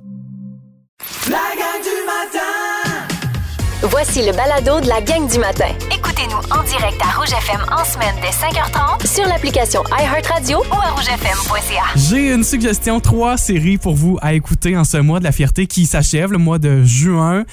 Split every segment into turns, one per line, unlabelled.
La gang du matin
Voici le balado de la gang du matin.
Écoutez-nous en direct à Rouge FM en semaine dès 5h30
Sur l'application iHeartRadio
ou à rougefm.ca.
J'ai une suggestion, trois séries pour vous à écouter en ce mois de la fierté qui s'achève, le mois de juin.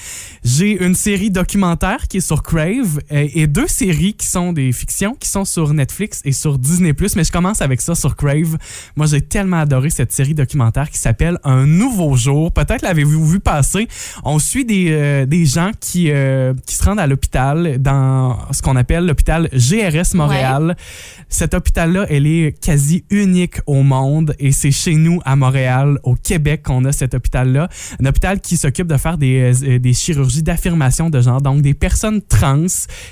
J'ai une série documentaire qui est sur Crave euh, et, et deux séries qui sont des fictions qui sont sur Netflix et sur Disney+. Mais je commence avec ça sur Crave. Moi, j'ai tellement adoré cette série documentaire qui s'appelle Un nouveau jour. Peut-être l'avez-vous vu passer. On suit des, euh, des gens qui, euh, qui se rendent à l'hôpital dans ce qu'on appelle l'hôpital GRS Montréal. Cet hôpital-là, elle est quasi unique au monde et c'est chez nous à Montréal, au Québec, qu'on a cet hôpital-là. Un hôpital qui s'occupe de faire des, euh, des chirurgies d'affirmation de genre, donc des personnes trans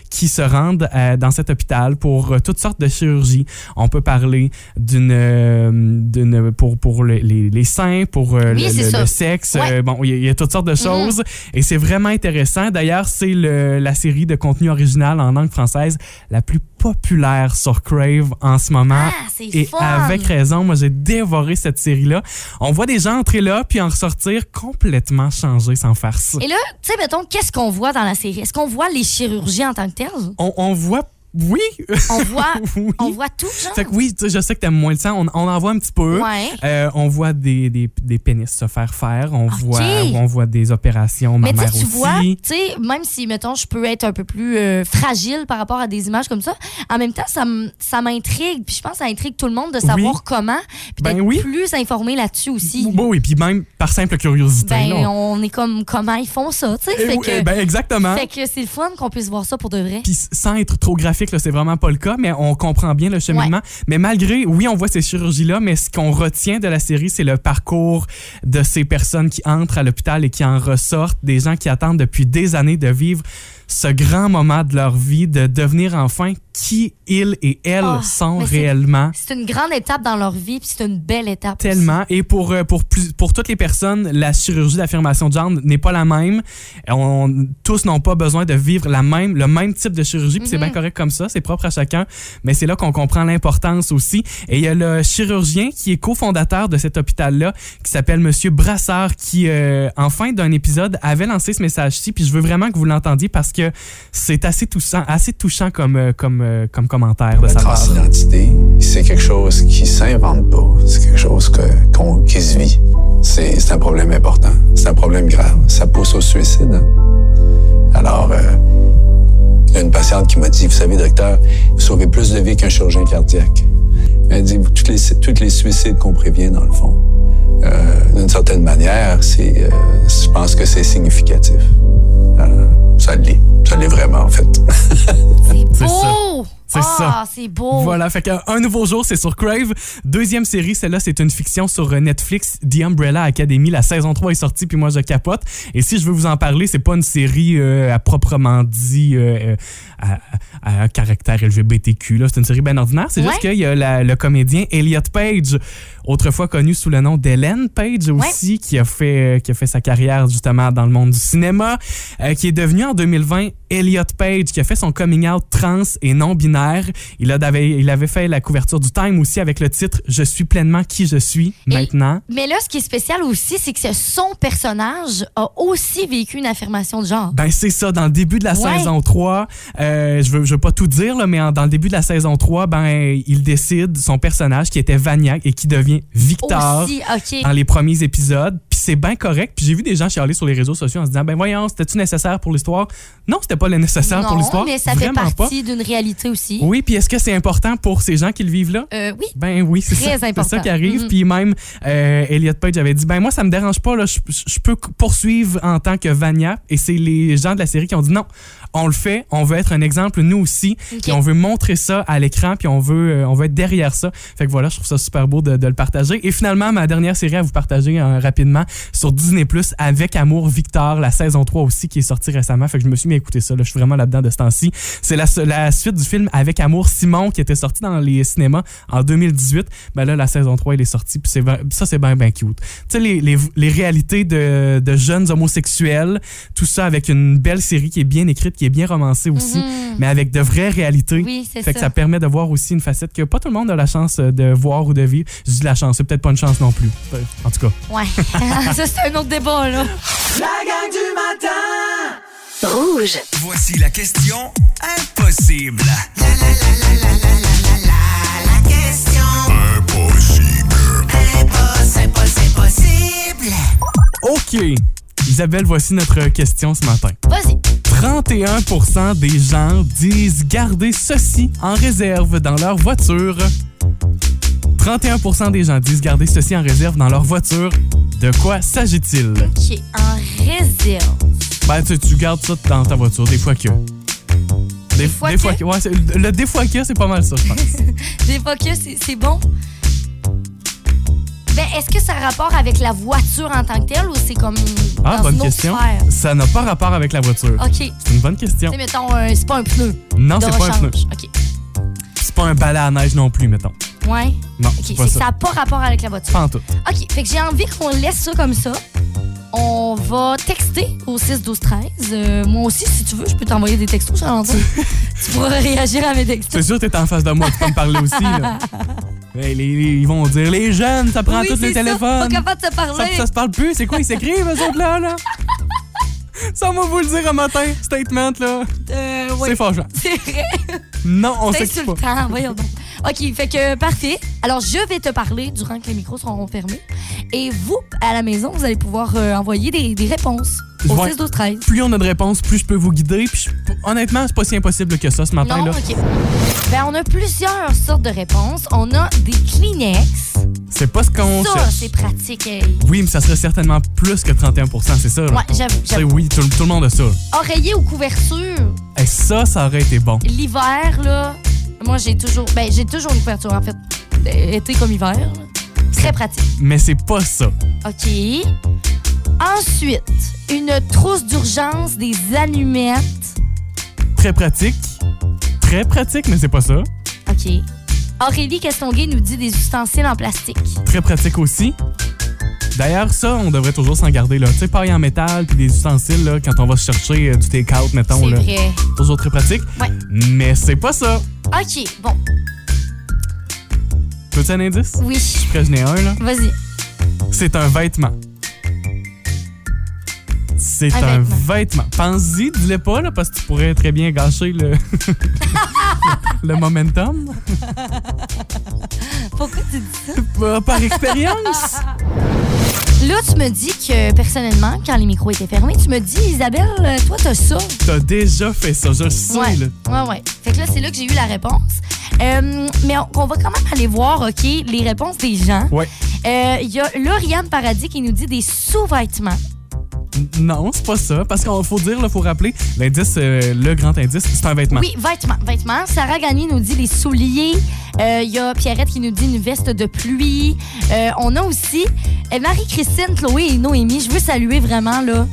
qui se rendent euh, dans cet hôpital pour euh, toutes sortes de chirurgies. On peut parler d'une euh, d'une- pour pour le- les, les seins, pour euh,
Oui,
le-
c'est
le-
ça.
le sexe.
Ouais. Mhm.
Euh, bon, il y, a- il y a toutes sortes de choses et c'est vraiment intéressant. D'ailleurs, c'est le- la série de contenu original en langue française la plus populaire sur Crave en ce moment.
Ah, c'est
et
fun.
avec raison, moi j'ai dévoré cette série-là. On voit des gens entrer là puis en ressortir complètement changés sans farce.
Et là, tu sais, mettons, qu'est-ce qu'on voit dans la série? Est-ce qu'on voit les chirurgies en tant que telles?
On, on voit, oui,
On voit,
Oui.
on voit tout, genre?
Fait que oui, tu sais, je sais que t'aimes moins le sang. On, on en voit un petit peu.
Ouais.
Euh, on voit des, des, des pénis se faire faire. On,
Ok.
voit, on voit des opérations
Mais tu sais,
mammaires
tu
aussi.
vois, tu sais, même si, mettons, je peux être un peu plus euh, fragile par rapport à des images comme ça, en même temps, ça m- ça m'intrigue. Puis je pense que ça intrigue tout le monde de savoir
Oui.
comment, puis
Ben
d'être
oui.
plus informé là-dessus aussi.
Bon, et puis même par simple curiosité.
Ben,
là,
on est comme, comment ils font ça, tu sais?
Eh
Fait
oui,
que-
ben, exactement.
Fait que c'est le fun qu'on puisse voir ça pour de vrai.
Puis sans être trop graphique, là, c'est vraiment pas le cas, mais on comprend bien le cheminement. Mais malgré, oui, on voit ces chirurgies-là, mais ce qu'on retient de la série, c'est le parcours de ces personnes qui entrent à l'hôpital et qui en ressortent, des gens qui attendent depuis des années de vivre ce grand moment de leur vie, de devenir enfin qui ils et elles
Ah,
sont
mais c'est-
réellement.
C'est une grande étape dans leur vie, puis c'est une belle étape.
Tellement. Et pour, euh, pour, plus- pour toutes les personnes, la chirurgie d'affirmation de genre n'est pas la même. On, tous n'ont pas besoin de vivre la même, le même type de chirurgie, puis c'est bien correct comme ça, c'est propre à chacun. Mais c'est là qu'on comprend l'importance aussi. Et il y a le chirurgien qui est cofondateur de cet hôpital-là, qui s'appelle Monsieur Brassard, qui, euh, en fin d'un épisode, avait lancé ce message-ci, puis je veux vraiment que vous l'entendiez parce que c'est assez touchant, assez touchant comme, euh, comme, euh, comme commentaire de sa
La
part.
transidentité, c'est quelque chose qui s'invente pas. C'est quelque chose que- qu'on- qui se vit. C'est c'est un problème important. C'est un problème grave. Ça pousse au suicide. hein. Alors, euh, il y a une patiente qui m'a dit, vous savez, docteur, vous sauvez plus de vies qu'un chirurgien cardiaque. Elle dit, toutes les, toutes les suicides qu'on prévient, dans le fond, euh, d'une certaine manière, c'est, euh, je pense que c'est significatif. Euh, ça l'est. Ça l'est vraiment, en fait.
C'est
C'est
beau!
C'est ça.
Ah, c'est beau.
Voilà, fait qu'un un nouveau jour, c'est sur Crave. Deuxième série, celle-là, c'est une fiction sur euh, Netflix, The Umbrella Academy. La saison 3 est sortie, puis moi, je capote. Et si je veux vous en parler, c'est pas une série euh, à proprement dit euh, euh, à, à caractère LGBTQ. là. C'est une série bien ordinaire. C'est juste
Ouais.
qu'il y a la- le comédien Elliot Page, autrefois connu sous le nom d'Hélène Page aussi, qui, a fait, qui a fait sa carrière justement dans le monde du cinéma, euh, qui est devenu en 2020 Elliot Page, qui a fait son coming out trans et non-binaire. Il, a- avait, il avait fait la couverture du Time aussi avec le titre Je suis pleinement qui je suis
Et-
maintenant.
Mais là, ce qui est spécial aussi, c'est que son personnage a aussi vécu une affirmation de genre.
Ben c'est ça, dans le début de la
Ouais.
saison 3, euh, je, veux, je veux pas tout dire, là, mais en- dans le début de la saison 3, ben, il décide son personnage qui était Vaniac et qui devient Victor.
Aussi, OK.
dans les premiers épisodes. Puis c'est bien correct. Puis j'ai vu des gens chialer sur les réseaux sociaux en se disant Ben voyons, c'était-tu nécessaire pour l'histoire Non, c'était pas le nécessaire pour
Non,
l'histoire.
mais ça fait
Vraiment pas.
partie d'une réalité aussi.
Oui, puis est-ce que c'est important pour ces gens qui le vivent là
Euh, oui.
ben oui, c'est
Très
ça, c'est ça
important.
qui arrive.
Mhm.
Puis même, euh, Elliot Page avait dit, ben moi, ça me dérange pas, là, je, je- je peux poursuivre en tant que Vania. Et c'est les gens de la série qui ont dit, non, on le fait, on veut être un exemple, nous aussi.
Ok.
Puis on veut montrer ça à l'écran, puis on veut, euh, on veut être derrière ça. Fait que voilà, je trouve ça super beau de, de le partager. Et finalement, ma dernière série à vous partager euh, rapidement, sur Disney Plus avec Amour Victor, la saison 3 aussi qui est sortie récemment. Fait que je me suis mis à écouter ça. Là. Je suis vraiment là-dedans de ce temps-ci. C'est la, la suite du film Avec Amour Simon qui était sorti dans les cinémas en 2018. Ben là, la saison 3, elle est sortie. Puis c'est ben- ça, c'est bien, bien cute. Tu sais, les, les, les réalités de, de jeunes homosexuels, tout ça avec une belle série qui est bien écrite, qui est bien romancée aussi, mais avec de vraies réalités.
Mhm. Oui, c'est
Fait que
ça.
ça permet de voir aussi une facette que pas tout le monde a la chance euh, de voir ou de vivre. Je dis la chance, c'est peut-être pas une chance non plus. Euh, En tout cas.
Ouais. ça, c'est un autre débat, là.
La gang du matin!
Rouge.
Voici la question impossible.
OK. Isabelle, voici notre question ce matin.
Vas-y.
31 des gens disent garder ceci en réserve dans leur voiture. 31 des gens disent garder ceci en réserve dans leur voiture. De quoi s'agit-il?
OK, en réserve.
Ben, tu, tu gardes ça dans ta voiture, des fois que. Des,
fois
des
que?
ouais, c'est- le des fois que, c'est pas mal ça, je pense.
Des fois que c'est c'est bon. Ben, est-ce que ça a rapport avec la voiture en tant que telle ou c'est comme
Ah,
dans
bonne
une autre
question.
sphère?
Ça n'a pas rapport avec la voiture.
OK. Tu
C'est une bonne question.
sais, mettons, un- Ah. c'est pas un pneu
Non,
de
c'est pas un
rechange.
pneu.
OK.
C'est pas un balai à neige non plus, mettons.
Ouais.
Non,
OK,
c'est
c'est
pas
que ça
ça. Ah.
n'a pas rapport avec la voiture.
Pas en tout.
OK, fait que j'ai envie qu'on laisse ça comme ça. On va texter au 6 12 13. Euh, moi aussi, si tu veux, je peux t'envoyer des textos, Charles-Antoine. tu pourras réagir à mes textos.
C'est sûr que t'es en face de moi, tu peux me parler aussi. là. Hey, les- les- ils vont dire les jeunes, ça prend
oui,
tous les
c'est ça,
téléphones.
Pas capable de se
Ça,
parler.
ça se parle plus, c'est quoi, ils s'écrivent eux autres là, là? Ça, on va vous le dire un matin, statement là.
Euh, ouais.
C'est fâchant.
C'est vrai.
Non, on
C'est
s'écrit pas.
insultant, voyons donc. OK, fait que euh, parfait. Alors, je vais te parler durant que les micros seront fermés. Et vous, à la maison, vous allez pouvoir euh, envoyer des, des réponses au
Ouais.
6 12 13.
Plus on a de réponses, plus je peux vous guider. Puis je- honnêtement, c'est pas si impossible que ça ce matin
Non,
là.
OK. Ben, on a plusieurs sortes de réponses. On a des Kleenex.
C'est pas ce qu'on
ça,
cherche.
c'est pratique. hey.
Oui, mais ça serait certainement plus que 31 c'est ça. là.
Ouais, j'avoue,
Tu sais,
j'avoue.
oui, tout, tout le monde a ça.
Oreiller ou couverture,
Et ça, ça aurait été bon.
l'hiver, là, moi, j'ai toujours... Ben, j'ai toujours une couverture, en fait. Euh, Été comme hiver. là. Très pratique.
Mais c'est pas ça.
OK. Ensuite, une trousse d'urgence, des allumettes.
Très pratique. Très pratique, mais c'est pas ça.
OK. Aurélie Castonguay nous dit des ustensiles en plastique.
Très pratique aussi. D'ailleurs, ça, on devrait toujours s'en garder. là. Tu sais, pareil en métal, puis des ustensiles, là, quand on va se chercher euh, du take-out, mettons.
C'est
Là.
vrai.
Toujours très pratique.
Ouais.
Mais c'est pas ça.
OK, bon,
Peux-tu un indice?
oui.
Après, je n'ai un, là.
Vas-y.
C'est un vêtement. C'est
Un
un,
vêtement.
vêtement. Pense-y, dis-le pas, là, parce que tu pourrais très bien gâcher le, le momentum.
Pourquoi tu dis ça?
Bah, par expérience.
Là, tu me dis que, personnellement, quand les micros étaient fermés, tu me dis, Isabelle, euh, toi, t'as ça.
T'as déjà fait ça, je le sais,
Ouais.
là.
Ouais, ouais. Fait que là, c'est là que j'ai eu la réponse. Euh, mais on, on va quand même aller voir, OK, les réponses des gens.
Ouais.
Euh, Il y a Lauriane Paradis qui nous dit des sous-vêtements.
N- Non, c'est pas ça. Parce qu'il faut dire, il faut rappeler, l'indice, euh, le grand indice, c'est un vêtement.
Oui, vêtements, vêtements. Sarah Gagné nous dit des souliers. Euh, Il y a Pierrette qui nous dit une veste de pluie. Euh, on a aussi euh, Marie-Christine, Chloé et Noémie. Je veux saluer vraiment là,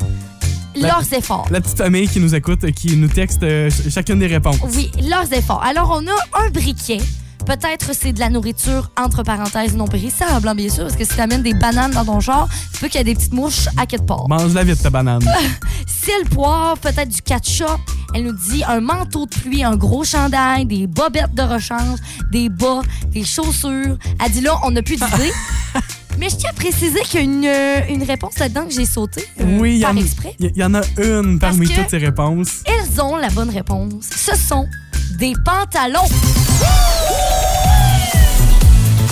La-
leurs efforts.
La petite famille qui nous écoute, euh, qui nous texte euh, ch- chacune des réponses.
Oui, leurs efforts. Alors, on a un briquet. Peut-être c'est de la nourriture, entre parenthèses, non périssable, hein, bien sûr, parce que si t'amènes des bananes dans ton char, tu peux qu'il y ait des petites mouches à quelque part.
Mange-la vite, ta banane.
le poire, peut-être du ketchup. Elle nous dit un manteau de pluie, un gros chandail, des bobettes de rechange, des bas, des chaussures. Elle dit là, on n'a plus d'idée. Mais je tiens à préciser qu'il y a une, euh, une réponse là-dedans que j'ai sautée euh,
oui, il y,
par
en-
exprès.
il y- il y en a une parmi
Parce que-
toutes ces réponses.
Elles ont la bonne réponse. Ce sont des pantalons.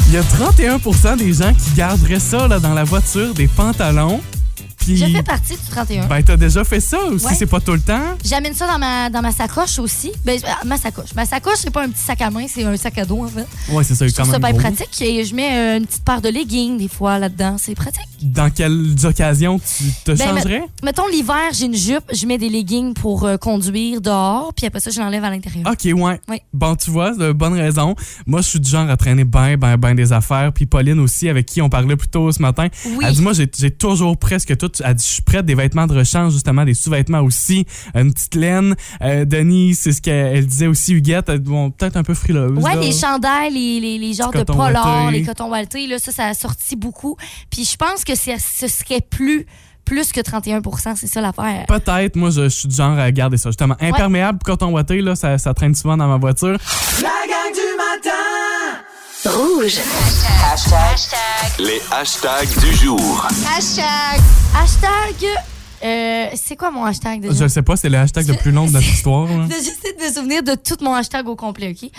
Il y a 31 des gens qui garderaient ça là, dans la voiture, des pantalons. Puis,
Je fais partie du 31.
ben, t'as déjà fait ça aussi,
Ouais.
c'est pas tout le temps.
J'amène ça dans ma, dans ma sacoche aussi. Ben, je- ah, ma sacoche. Ma sacoche, c'est pas un petit sac à main, c'est un sac à dos, en fait.
Ouais, c'est ça,
Je
quand
trouve
même.
ça bien
gros.
pratique. Et je mets euh, une petite paire de leggings, des fois, là-dedans. C'est pratique.
Dans quelles occasions tu te
Ben,
changerais?
Mettons, l'hiver, j'ai une jupe, je mets des leggings pour euh, conduire dehors, puis après ça, je l'enlève à l'intérieur.
Ok, ouais.
Oui.
Bon, tu vois, c'est une bonne raison. Moi, je suis du genre à traîner ben, ben, ben des affaires. Puis Pauline aussi, avec qui on parlait plus tôt ce matin,
Oui.
elle dit Moi, j'ai j'ai toujours presque tout. Elle dit Je suis prête des vêtements de rechange, justement, des sous-vêtements aussi, une petite laine. Euh, Denis, c'est ce qu'elle elle disait aussi, Huguette, elle dit, bon, peut-être un peu frileuse.
Ouais,
là.
les chandails, les, les, les genres
Petit
de
coton
polars,
ouaté.
les cotons waltés, là, ça, ça a sorti beaucoup. Puis je pense que c'est- ce serait plus, plus que 31 c'est ça l'affaire.
Peut-être, moi, je, je suis du genre à garder ça, justement. Imperméable, coton ouaté, là, ça, ça traîne souvent dans ma voiture.
La gang du matin
Rouge.
Les hashtags du jour.
Hashtag. euh, c'est quoi mon hashtag déjà?
Je le sais pas, c'est le hashtag le plus long de notre histoire. là.
J'essaie de me souvenir de tout mon hashtag au complet, OK?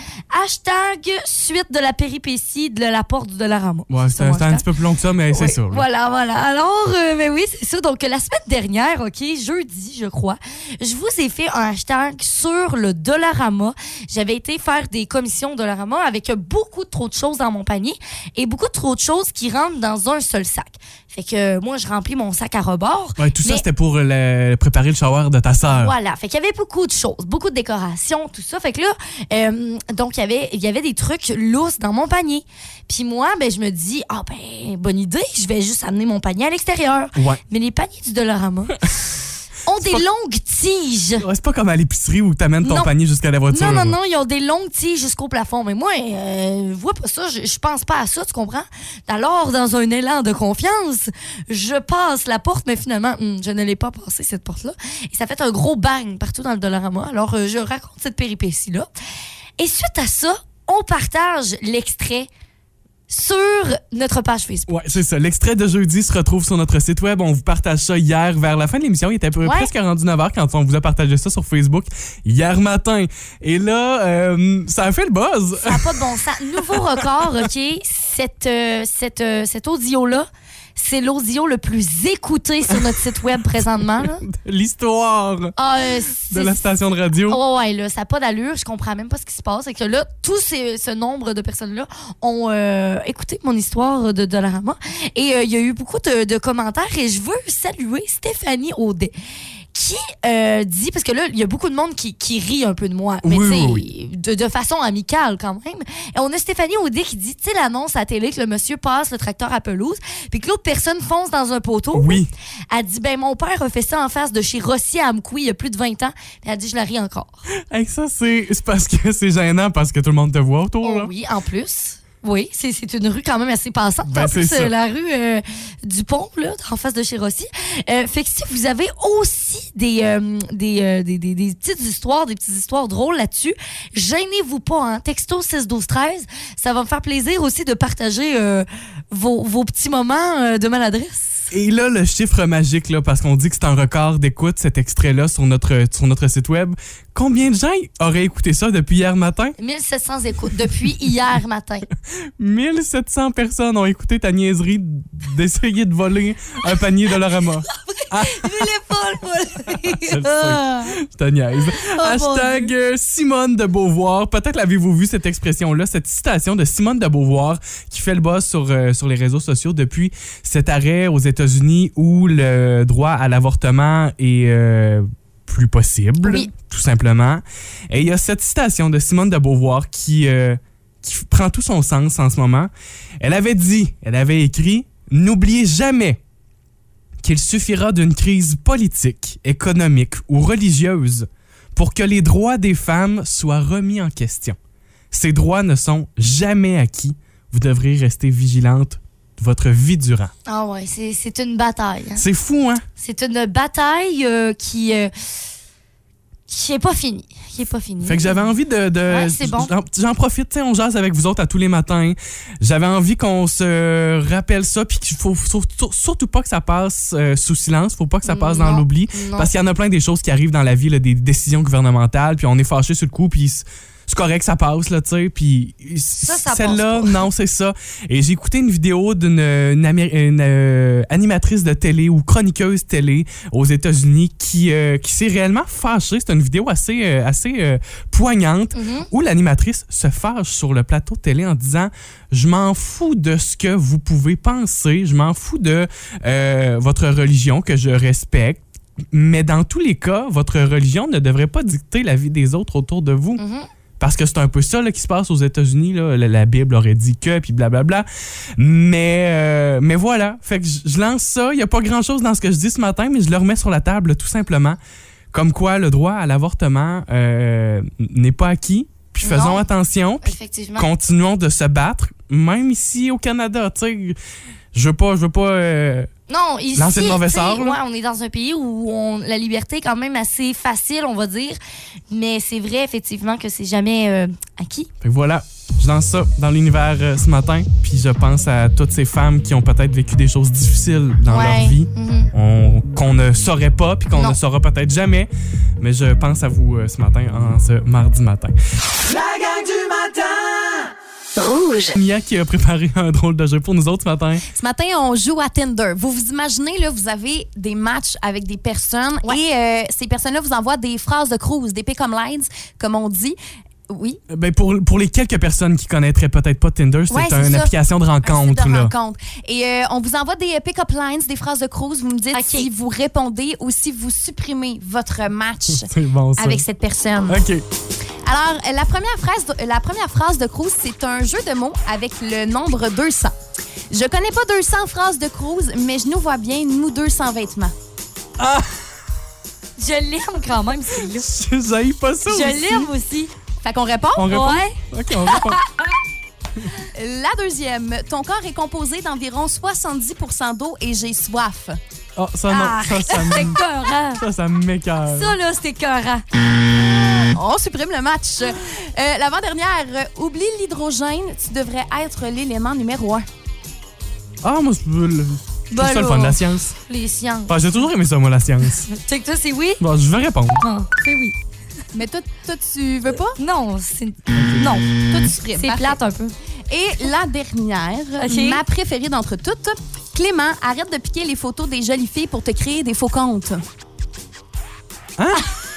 Hashtag suite de la péripétie de la porte du Dollarama.
Ouais,
C'est ça
c'est
mon
c'est un
hashtag.
petit peu plus long que ça, mais c'est
Oui,
sûr. là.
Voilà, voilà. Alors, euh, mais oui, c'est ça. Donc, euh, la semaine dernière, OK, jeudi, je crois, je vous ai fait un hashtag sur le Dollarama. J'avais été faire des commissions Dollarama avec beaucoup trop de choses dans mon panier et beaucoup trop de choses qui rentrent dans un seul sac. Fait que euh, moi, je remplis mon sac à rebord.
Ouais, tout ça,
Mais-
c'était pour euh, le- préparer le shower de ta sœur.
Voilà, fait qu'il y avait beaucoup de choses, beaucoup de décorations, tout ça. Fait que là, euh, donc il y avait, il y avait des trucs lousses dans mon panier. Puis moi, ben je me dis, ah ben bonne idée, je vais juste amener mon panier à l'extérieur.
Ouais.
Mais les paniers du Dollarama ont des
pas-
longues tiges.
Ouais, c'est pas comme à l'épicerie où t'amènes ton
Non.
panier jusqu'à la voiture.
Non,
là.
non, non, ils ont des longues tiges jusqu'au plafond. Mais moi, euh, je vois pas ça, je, je pense pas à ça, tu comprends? Alors, dans un élan de confiance, je passe la porte, mais finalement, hum, je ne l'ai pas passée, cette porte-là. Et ça fait un gros bang partout dans le Dollarama. Alors, euh, je raconte cette péripétie-là. Et suite à ça, on partage l'extrait sur notre page Facebook.
Ouais, c'est ça. L'extrait de jeudi se retrouve sur notre site web. On vous partage ça hier vers la fin de l'émission. Il était à peu-
Ouais.
presque rendu 9h quand on vous a partagé ça sur Facebook hier matin. Et là, euh, ça a fait le buzz.
Ça n'a pas de bon sens. Nouveau record, OK? Cette, euh, cette, euh, cet audio-là, c'est l'audio le plus écouté sur notre site web présentement. là.
L'histoire de
Ah, euh, c'est-
la station de radio.
Oh, ouais, là, ça n'a pas d'allure. Je comprends même pas ce qui se passe. Et que là, tout ce, ce nombre de personnes-là ont euh, écouté mon histoire de Dollarama. Et euh, il y a eu beaucoup de, de commentaires. Et je veux saluer Stéphanie Audet. Qui euh, dit, parce que là, il y a beaucoup de monde qui, qui rit un peu de moi, mais
Oui,
tu sais,
oui,
de, de façon amicale quand même. Et on a Stéphanie Audet qui dit, tu sais, l'annonce à la télé que le monsieur passe le tracteur à pelouse, puis que l'autre personne fonce dans un poteau.
Oui.
Elle dit, ben mon père a fait ça en face de chez Rossi à Amkoui il y a plus de 20 ans. Puis elle dit, je la ris encore.
Hey, ça, c'est c'est parce que c'est gênant parce que tout le monde te voit autour.
Oh
là.
oui, en plus. Oui, c'est c'est une rue quand même assez passante.
Ben,
en plus,
c'est ça.
euh, la rue euh, du pont, là, en face de chez Rossi. Euh, fait que si vous avez aussi des, euh, des, euh, des, des- des petites histoires, des petites histoires drôles là-dessus, gênez-vous pas, hein. Texto 6 12 13 ça va me faire plaisir aussi de partager euh, vos, vos petits moments euh, de maladresse.
Et là, le chiffre magique, là, parce qu'on dit que c'est un record d'écoute, cet extrait-là, sur notre, sur notre site web. Combien de gens auraient écouté ça depuis hier matin?
1700 écoutes depuis hier matin.
1700 personnes ont écouté ta niaiserie d'essayer de voler un panier de Lorama.
Il est folle, folle.
Je le sais. Je te niaise. Hashtag euh, Simone de Beauvoir. Peut-être l'avez-vous vu cette expression-là, cette citation de Simone de Beauvoir qui fait le buzz sur, euh, sur les réseaux sociaux depuis cet arrêt aux États-Unis où le droit à l'avortement est euh, plus possible,
Oui.
tout simplement. Et il y a cette citation de Simone de Beauvoir qui, euh, qui f- prend tout son sens en ce moment. Elle avait dit, elle avait écrit N'oubliez jamais qu'il suffira d'une crise politique, économique ou religieuse pour que les droits des femmes soient remis en question. Ces droits ne sont jamais acquis. Vous devrez rester vigilante votre vie durant.
Ah ouais, c'est c'est une bataille. hein.
C'est fou, hein?
C'est une bataille euh, qui euh, qui est pas finie, qui est pas finie.
Fait que j'avais envie de. de-
Ouais, c'est bon.
j'en- J'en profite, tu sais, on jase avec vous autres à tous les matins. J'avais envie qu'on se rappelle ça, puis qu'il faut sur- sur- surtout pas que ça passe euh, sous silence, faut pas que ça passe dans
Non,
l'oubli.
non.
Parce qu'il y en a plein des choses qui arrivent dans la vie, là, des décisions gouvernementales, puis on est fâché sur le coup, puis s- c'est correct, ça passe, là, tu sais. Puis
Ça, ça
celle-là,
passe pas.
non, c'est ça. Et j'ai écouté une vidéo d'une une Amé- une, euh, animatrice de télé ou chroniqueuse télé aux États-Unis qui, euh, qui s'est réellement fâchée. C'est une vidéo assez, euh, assez euh, poignante
Mm-hmm.
où l'animatrice se fâche sur le plateau de télé en disant Je m'en fous de ce que vous pouvez penser, je m'en fous de euh, votre religion que je respecte. Mais dans tous les cas, votre religion ne devrait pas dicter la vie des autres autour de vous. Parce que c'est un peu ça là, qui se passe aux États-Unis. là. La, la Bible aurait dit que, puis blablabla. Mais, euh, mais voilà. Fait que je- je lance ça. Il n'y a pas grand-chose dans ce que je dis ce matin, mais je le remets sur la table, tout simplement. Comme quoi, le droit à l'avortement euh, n'est pas acquis. Puis faisons
Non.
attention. Puis
Effectivement.
continuons de se battre, même ici au Canada. Tu sais, je veux pas... Je veux pas euh,
Non, ici,
Lancer de mauvais
tu sais,
sort, là.
ouais, on est dans un pays où on- la liberté est quand même assez facile, on va dire. Mais c'est vrai, effectivement, que c'est jamais euh, acquis.
Fait que voilà, je lance ça dans l'univers euh, ce matin, puis je pense à toutes ces femmes qui ont peut-être vécu des choses difficiles dans
Ouais.
leur vie,
Mhm.
on- qu'on ne saurait pas, puis qu'on
Non.
ne saura peut-être jamais, mais je pense à vous euh, ce matin, en ce mardi matin.
La gang du matin!
Rouge.
Mia qui a préparé un drôle de jeu pour nous autres ce matin.
Ce matin, on joue à Tinder. Vous vous imaginez, là, vous avez des matchs avec des personnes et euh, ces personnes-là vous envoient des phrases de cruise, des pick-up lines, comme on dit. Oui.
Euh, Ben pour, pour les quelques personnes qui connaîtraient peut-être pas Tinder, c'est
Ouais, c'est
une
ça.
application de rencontre.
de
là.
rencontre. Et euh, on vous envoie des pick-up lines, des phrases de cruise. Vous me dites
Ok.
si vous répondez ou si vous supprimez votre match
C'est bon ça.
avec cette personne.
OK.
Alors, euh, la première phrase de, la première phrase de Cruz, c'est un jeu de mots avec le nombre 200. Je connais pas 200 phrases de Cruz, mais je nous vois bien, nous 200 vêtements.
Je l'aime quand même, celui-là.
J'aille pas ça
Je
aussi.
l'aime aussi.
Fait qu'on répond?
On répond?
Ouais.
OK, on répond.
La deuxième, ton corps est composé d'environ 70 d'eau et j'ai soif.
Oh, ça non, ça, ça,
C'était
me-
écœurant.
ça, ça m'écoeure.
Ça, là, c'était écœurant.
On Oh, supprime le match. Euh, L'avant-dernière, euh, oublie l'hydrogène, tu devrais être l'élément numéro un.
Ah, moi, je veux le- je trouve
Ben
ça le
là.
fun, la science.
Les sciences.
Ah, J'ai toujours aimé ça, moi, la science.
Tu sais que toi, c'est oui?
Bon, je vais répondre.
Non, Ah, c'est oui.
Mais toi, toi, tu veux pas?
Non, c'est. Non.
Toi, tu supprimes.
C'est
Parfait.
plate un peu.
Et la dernière,
Ok.
ma préférée d'entre toutes, Clément, arrête de piquer les photos des jolies filles pour te créer des faux comptes.
Tu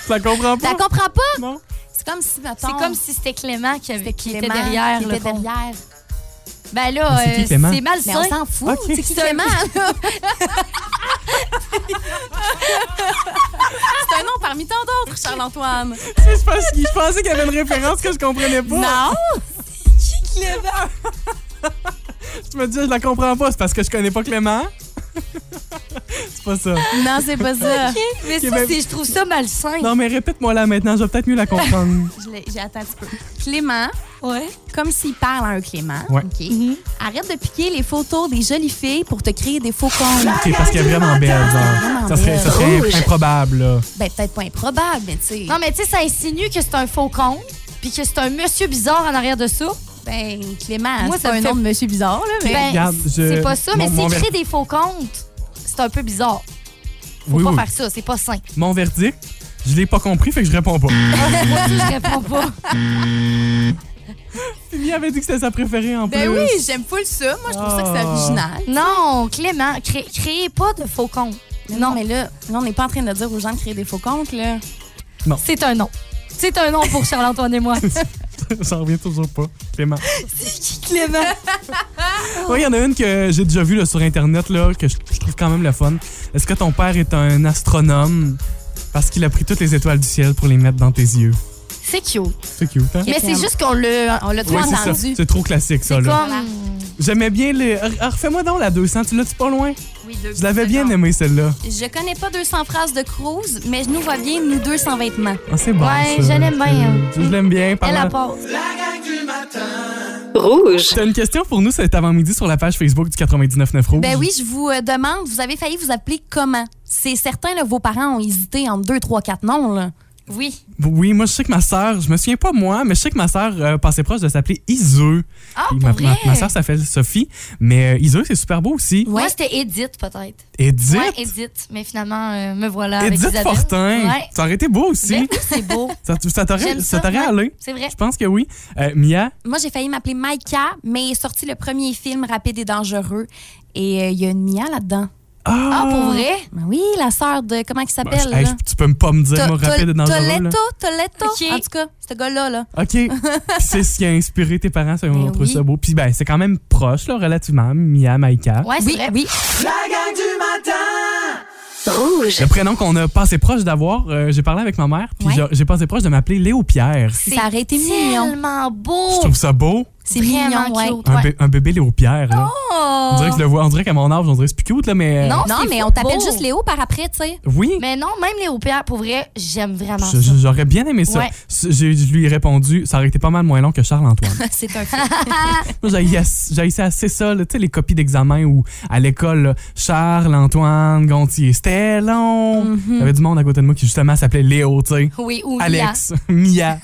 la comprends
Tu la
pas?
comprends pas?
Non.
C'est comme si, mettons,
C'est comme si c'était Clément qui, avait, qui était
Clément
derrière.
qui
le
était
con.
derrière.
Ben là,
Mais c'est qui,
euh, c'est
Clément?
mal
Mais on s'en fout,
Ok.
c'est qui
C'est un-
Clément? là? c'est un nom parmi tant d'autres, Charles-Antoine.
C'est parce que je pensais qu'il y avait une référence que je comprenais pas.
Non!
Je me disais, je la comprends pas, c'est parce que je connais pas Clément. c'est pas ça.
Non, c'est pas ça.
Mais ça,
ben-
c'est- je trouve ça malsain.
Non, mais répète-moi là maintenant, je vais peut-être mieux la comprendre.
Je l'ai- J'ai attendu un petit peu. Clément,
Ouais.
comme s'il parle à un Clément,
Ouais.
OK. arrête de piquer les photos des jolies filles pour te créer des faux comptes.
ok, parce qu'elle est vraiment belle, genre. Ça serait, ça serait
Rouge.
improbable, là.
Ben, peut-être pas improbable, mais tu sais.
Non, mais tu sais, ça insinue que c'est un faux compte, puis que c'est un monsieur bizarre en arrière de ça.
Ben, Clément,
Moi,
c'est
ça
pas
me
un
fait-
nom de monsieur bizarre, là, mais.
Ben,
Regarde, je-
c'est pas ça, mais
mon- mon
s'il
ver-
crée des faux comptes, c'est un peu bizarre. Faut
Oui,
pas
oui.
faire ça, c'est pas sain.
Mon verdict, je l'ai pas compris, fait que je réponds pas.
Moi aussi, je réponds pas.
Mia avait dit que c'était sa préférée en
Ben
ben
plus.
j'aime full ça. Moi, je
Ah.
Non, Clément, cré- créez pas de faux comptes.
non, mais là, là, on n'est pas en train de dire aux gens de créer des faux comptes, là.
C'est un nom. C'est un nom pour Charles-Antoine et moi.
J'en reviens toujours pas. Clément.
Clément.
Oui, il y en a une que j'ai déjà vue là, sur Internet, là, que je, je trouve quand même le fun. Est-ce que ton père est un astronome parce qu'il a pris toutes les étoiles du ciel pour les mettre dans tes yeux?
C'est cute.
C'est cute, hein?
Mais c'est juste qu'on l'a on l'a trop
Ouais, c'est ça.
entendu.
C'est trop classique, ça.
C'est
là.
comme.
J'aimais bien les. Ah, Refais-moi donc la 200, tu l'as-tu pas loin?
Oui, deux
Je l'avais bien aimée, celle-là.
Je connais pas 200 phrases de Cruz, mais je nous vois bien, nous 200 vêtements.
Ah, c'est bon.
Ouais,
ça.
je l'aime bien, hein.
Je l'aime bien.
Elle
parlant-
la pause.
La gang du matin!
Rouge.
T'as une question pour nous cet avant-midi sur la page Facebook du 99.9 Rouge?
Ben oui, je vous euh, demande, vous avez failli vous appeler comment? C'est certain, là, vos parents ont hésité entre 2, 3, 4 noms, là.
Oui.
Oui, moi, je sais que ma sœur, je me souviens pas moi, mais je sais que ma sœur euh, passait proche de s'appeler Iseu.
Ah,
Puis
pour
ma,
vrai?
ma, ma sœur s'appelle Sophie, mais euh, Iseu, c'est super beau aussi.
Moi, c'était Edith, peut-être.
Edith?
Ouais, Edith. Mais finalement, euh, me voilà avec
Edith
Isabelle.
Fortin.
Ouais.
Ça aurait été beau aussi.
Ben oui, c'est beau.
Ça, t- ça t'aurait
J'aime
ça
ça,
t'aurait
ouais.
allé.
C'est vrai.
Je pense que oui. Euh, Mia,
Moi, j'ai failli m'appeler Maïka, mais est sorti le premier film Rapide et dangereux. Et euh, il y a une Mia là-dedans.
Ah,
pour vrai?
Ben oui, la sœur de. Comment elle
ben,
s'appelle?
hey,
là?
je- tu peux me pas me dire
To-
moi rapide
To-
dans le
Toletto, Toletto. En tout cas, ce gars-là. là.
OK. Puis c'est ce qui a inspiré tes parents, ça, on
Ben
trouve
oui.
ça beau. Puis ben, c'est quand même proche, là, relativement, Mia, Maïka.
Ouais, c'est vrai. Oui.
La gang du matin.
Le prénom qu'on a passé proche d'avoir, euh, j'ai parlé avec ma mère, puis j'ai- j'ai passé proche de m'appeler Léo Pierre.
Ça aurait été hein. mignon.
tellement beau.
Je trouve ça beau.
C'est mignon,
Vraiment
ouais.
cute.
Un,
Ouais.
bé- un bébé Léo Pierre, là.
Oh!
On dirait que je le vois, on dirait qu'à mon âge, on dirait que c'est plus cute, là, mais. euh,
Non,
Non,
c'est
mais
fou-
on t'appelle
beau.
juste Léo par après, tu sais.
Oui.
Mais non, même les OPR, pour vrai, j'aime vraiment
Je-
ça.
je- J'aurais bien aimé ça.
Ouais.
S- j'ai- Je lui ai répondu, ça aurait été pas mal moins long que Charles-Antoine.
C'est un
Moi, j'haïssais assez ça, là, tu sais, les copies d'examen où, à l'école, là, Charles, Antoine, Gontier, c'était long. Il y avait du monde à côté de moi qui, justement, s'appelait Léo, tu sais.
Mhm. Oui, ou
Alex, Mia.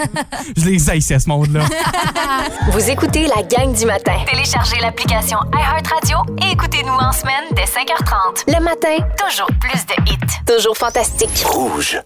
Je les haïssais, ce monde-là.
Vous écoutez la gang du matin.
Téléchargez l'application iHeartRadio et écoutez-nous en semaine dès 5h30.
Le matin,
Toujours plus de hits.
toujours fantastique.
Rouge.